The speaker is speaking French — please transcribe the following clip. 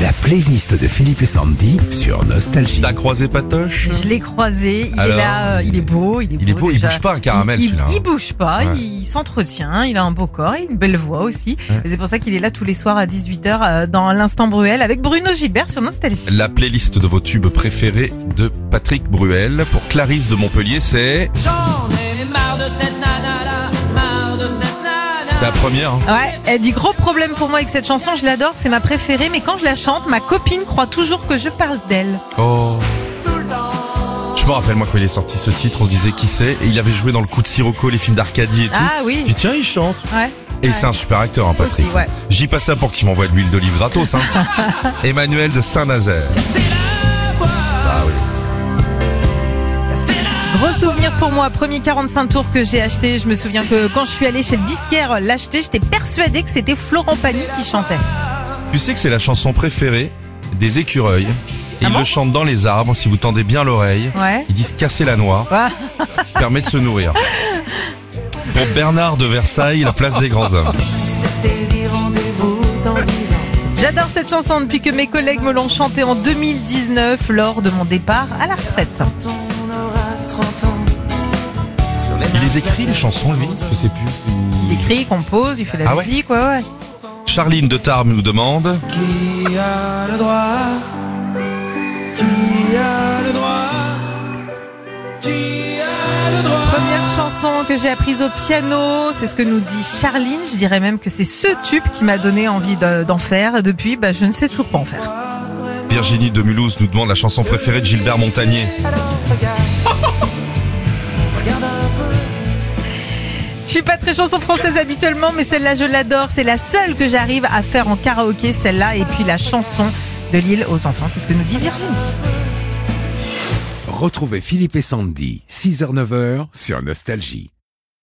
La playlist de Philippe et Sandy sur Nostalgie. T'as croisé Patoche Je l'ai croisé, il Alors est là, euh, il est beau, il est beau. Il est beau, il déjà. bouge pas un caramel, Il- il- celui-là, hein. Il bouge pas, Ouais. il s'entretient, il a un beau corps, il a une belle voix aussi. Ouais. Et C'est pour ça qu'il est là tous les soirs à 18h dans l'instant Bruel avec Bruno Gilbert sur Nostalgie. La playlist de vos tubes préférés de Patrick Bruel. Pour Clarisse de Montpellier, c'est J'en ai marre de cette nana là, marre de cette nana. la première. hein. Ouais, elle dit gros problème pour moi avec cette chanson, je l'adore, c'est ma préférée, mais quand je la chante, ma copine croit toujours que je parle d'elle. Oh. Je me rappelle, moi, quand il est sorti ce titre, on se disait qui c'est. Et il avait joué dans le coup de Sirocco, les films d'Arcadie et tout. Ah oui, Puis tiens, il chante. ouais. Et ouais. c'est un super acteur, hein, Patrick. Aussi, ouais. Je dis pas ça pour qu'il m'envoie de l'huile d'olive gratos. Hein. Emmanuel de Saint-Nazaire. Ah oui. Gros souvenir pour moi, premier 45 tours que j'ai acheté. Je me souviens que quand je suis allée chez le disquaire l'acheter, j'étais persuadée que c'était Florent Pagny qui chantait. Tu sais que c'est la chanson préférée des écureuils. Et Ah ils bon le chantent dans les arbres, si vous tendez bien l'oreille. Ouais. Ils disent casser la noix. Ouais. ce qui permet de se nourrir. Pour Bernard de Versailles, la place des grands hommes. J'adore cette chanson depuis que mes collègues me l'ont chantée en 2019 lors de mon départ à la retraite. Il les écrit les chansons, lui Je sais plus. si- Il écrit, il compose, il fait la Ah ouais musique, ouais, ouais. Charline de Tarme nous demande. Qui a le droit Qui a le droit Qui a le droit Première chanson que j'ai apprise au piano, c'est ce que nous dit Charline. Je dirais même que c'est ce tube qui m'a donné envie de- d'en faire. Et Depuis, bah, je ne sais toujours pas en faire. Virginie de Mulhouse nous demande la chanson préférée de Gilbert Montagnier. Alors regarde, regarde un peu. Je suis pas très chanson française habituellement, mais celle-là, je l'adore. C'est la seule que j'arrive à faire en karaoké, celle-là. Et puis la chanson de l'île aux enfants, c'est ce que nous dit Virginie. Retrouvez Philippe et Sandy, 6h-9h sur Nostalgie.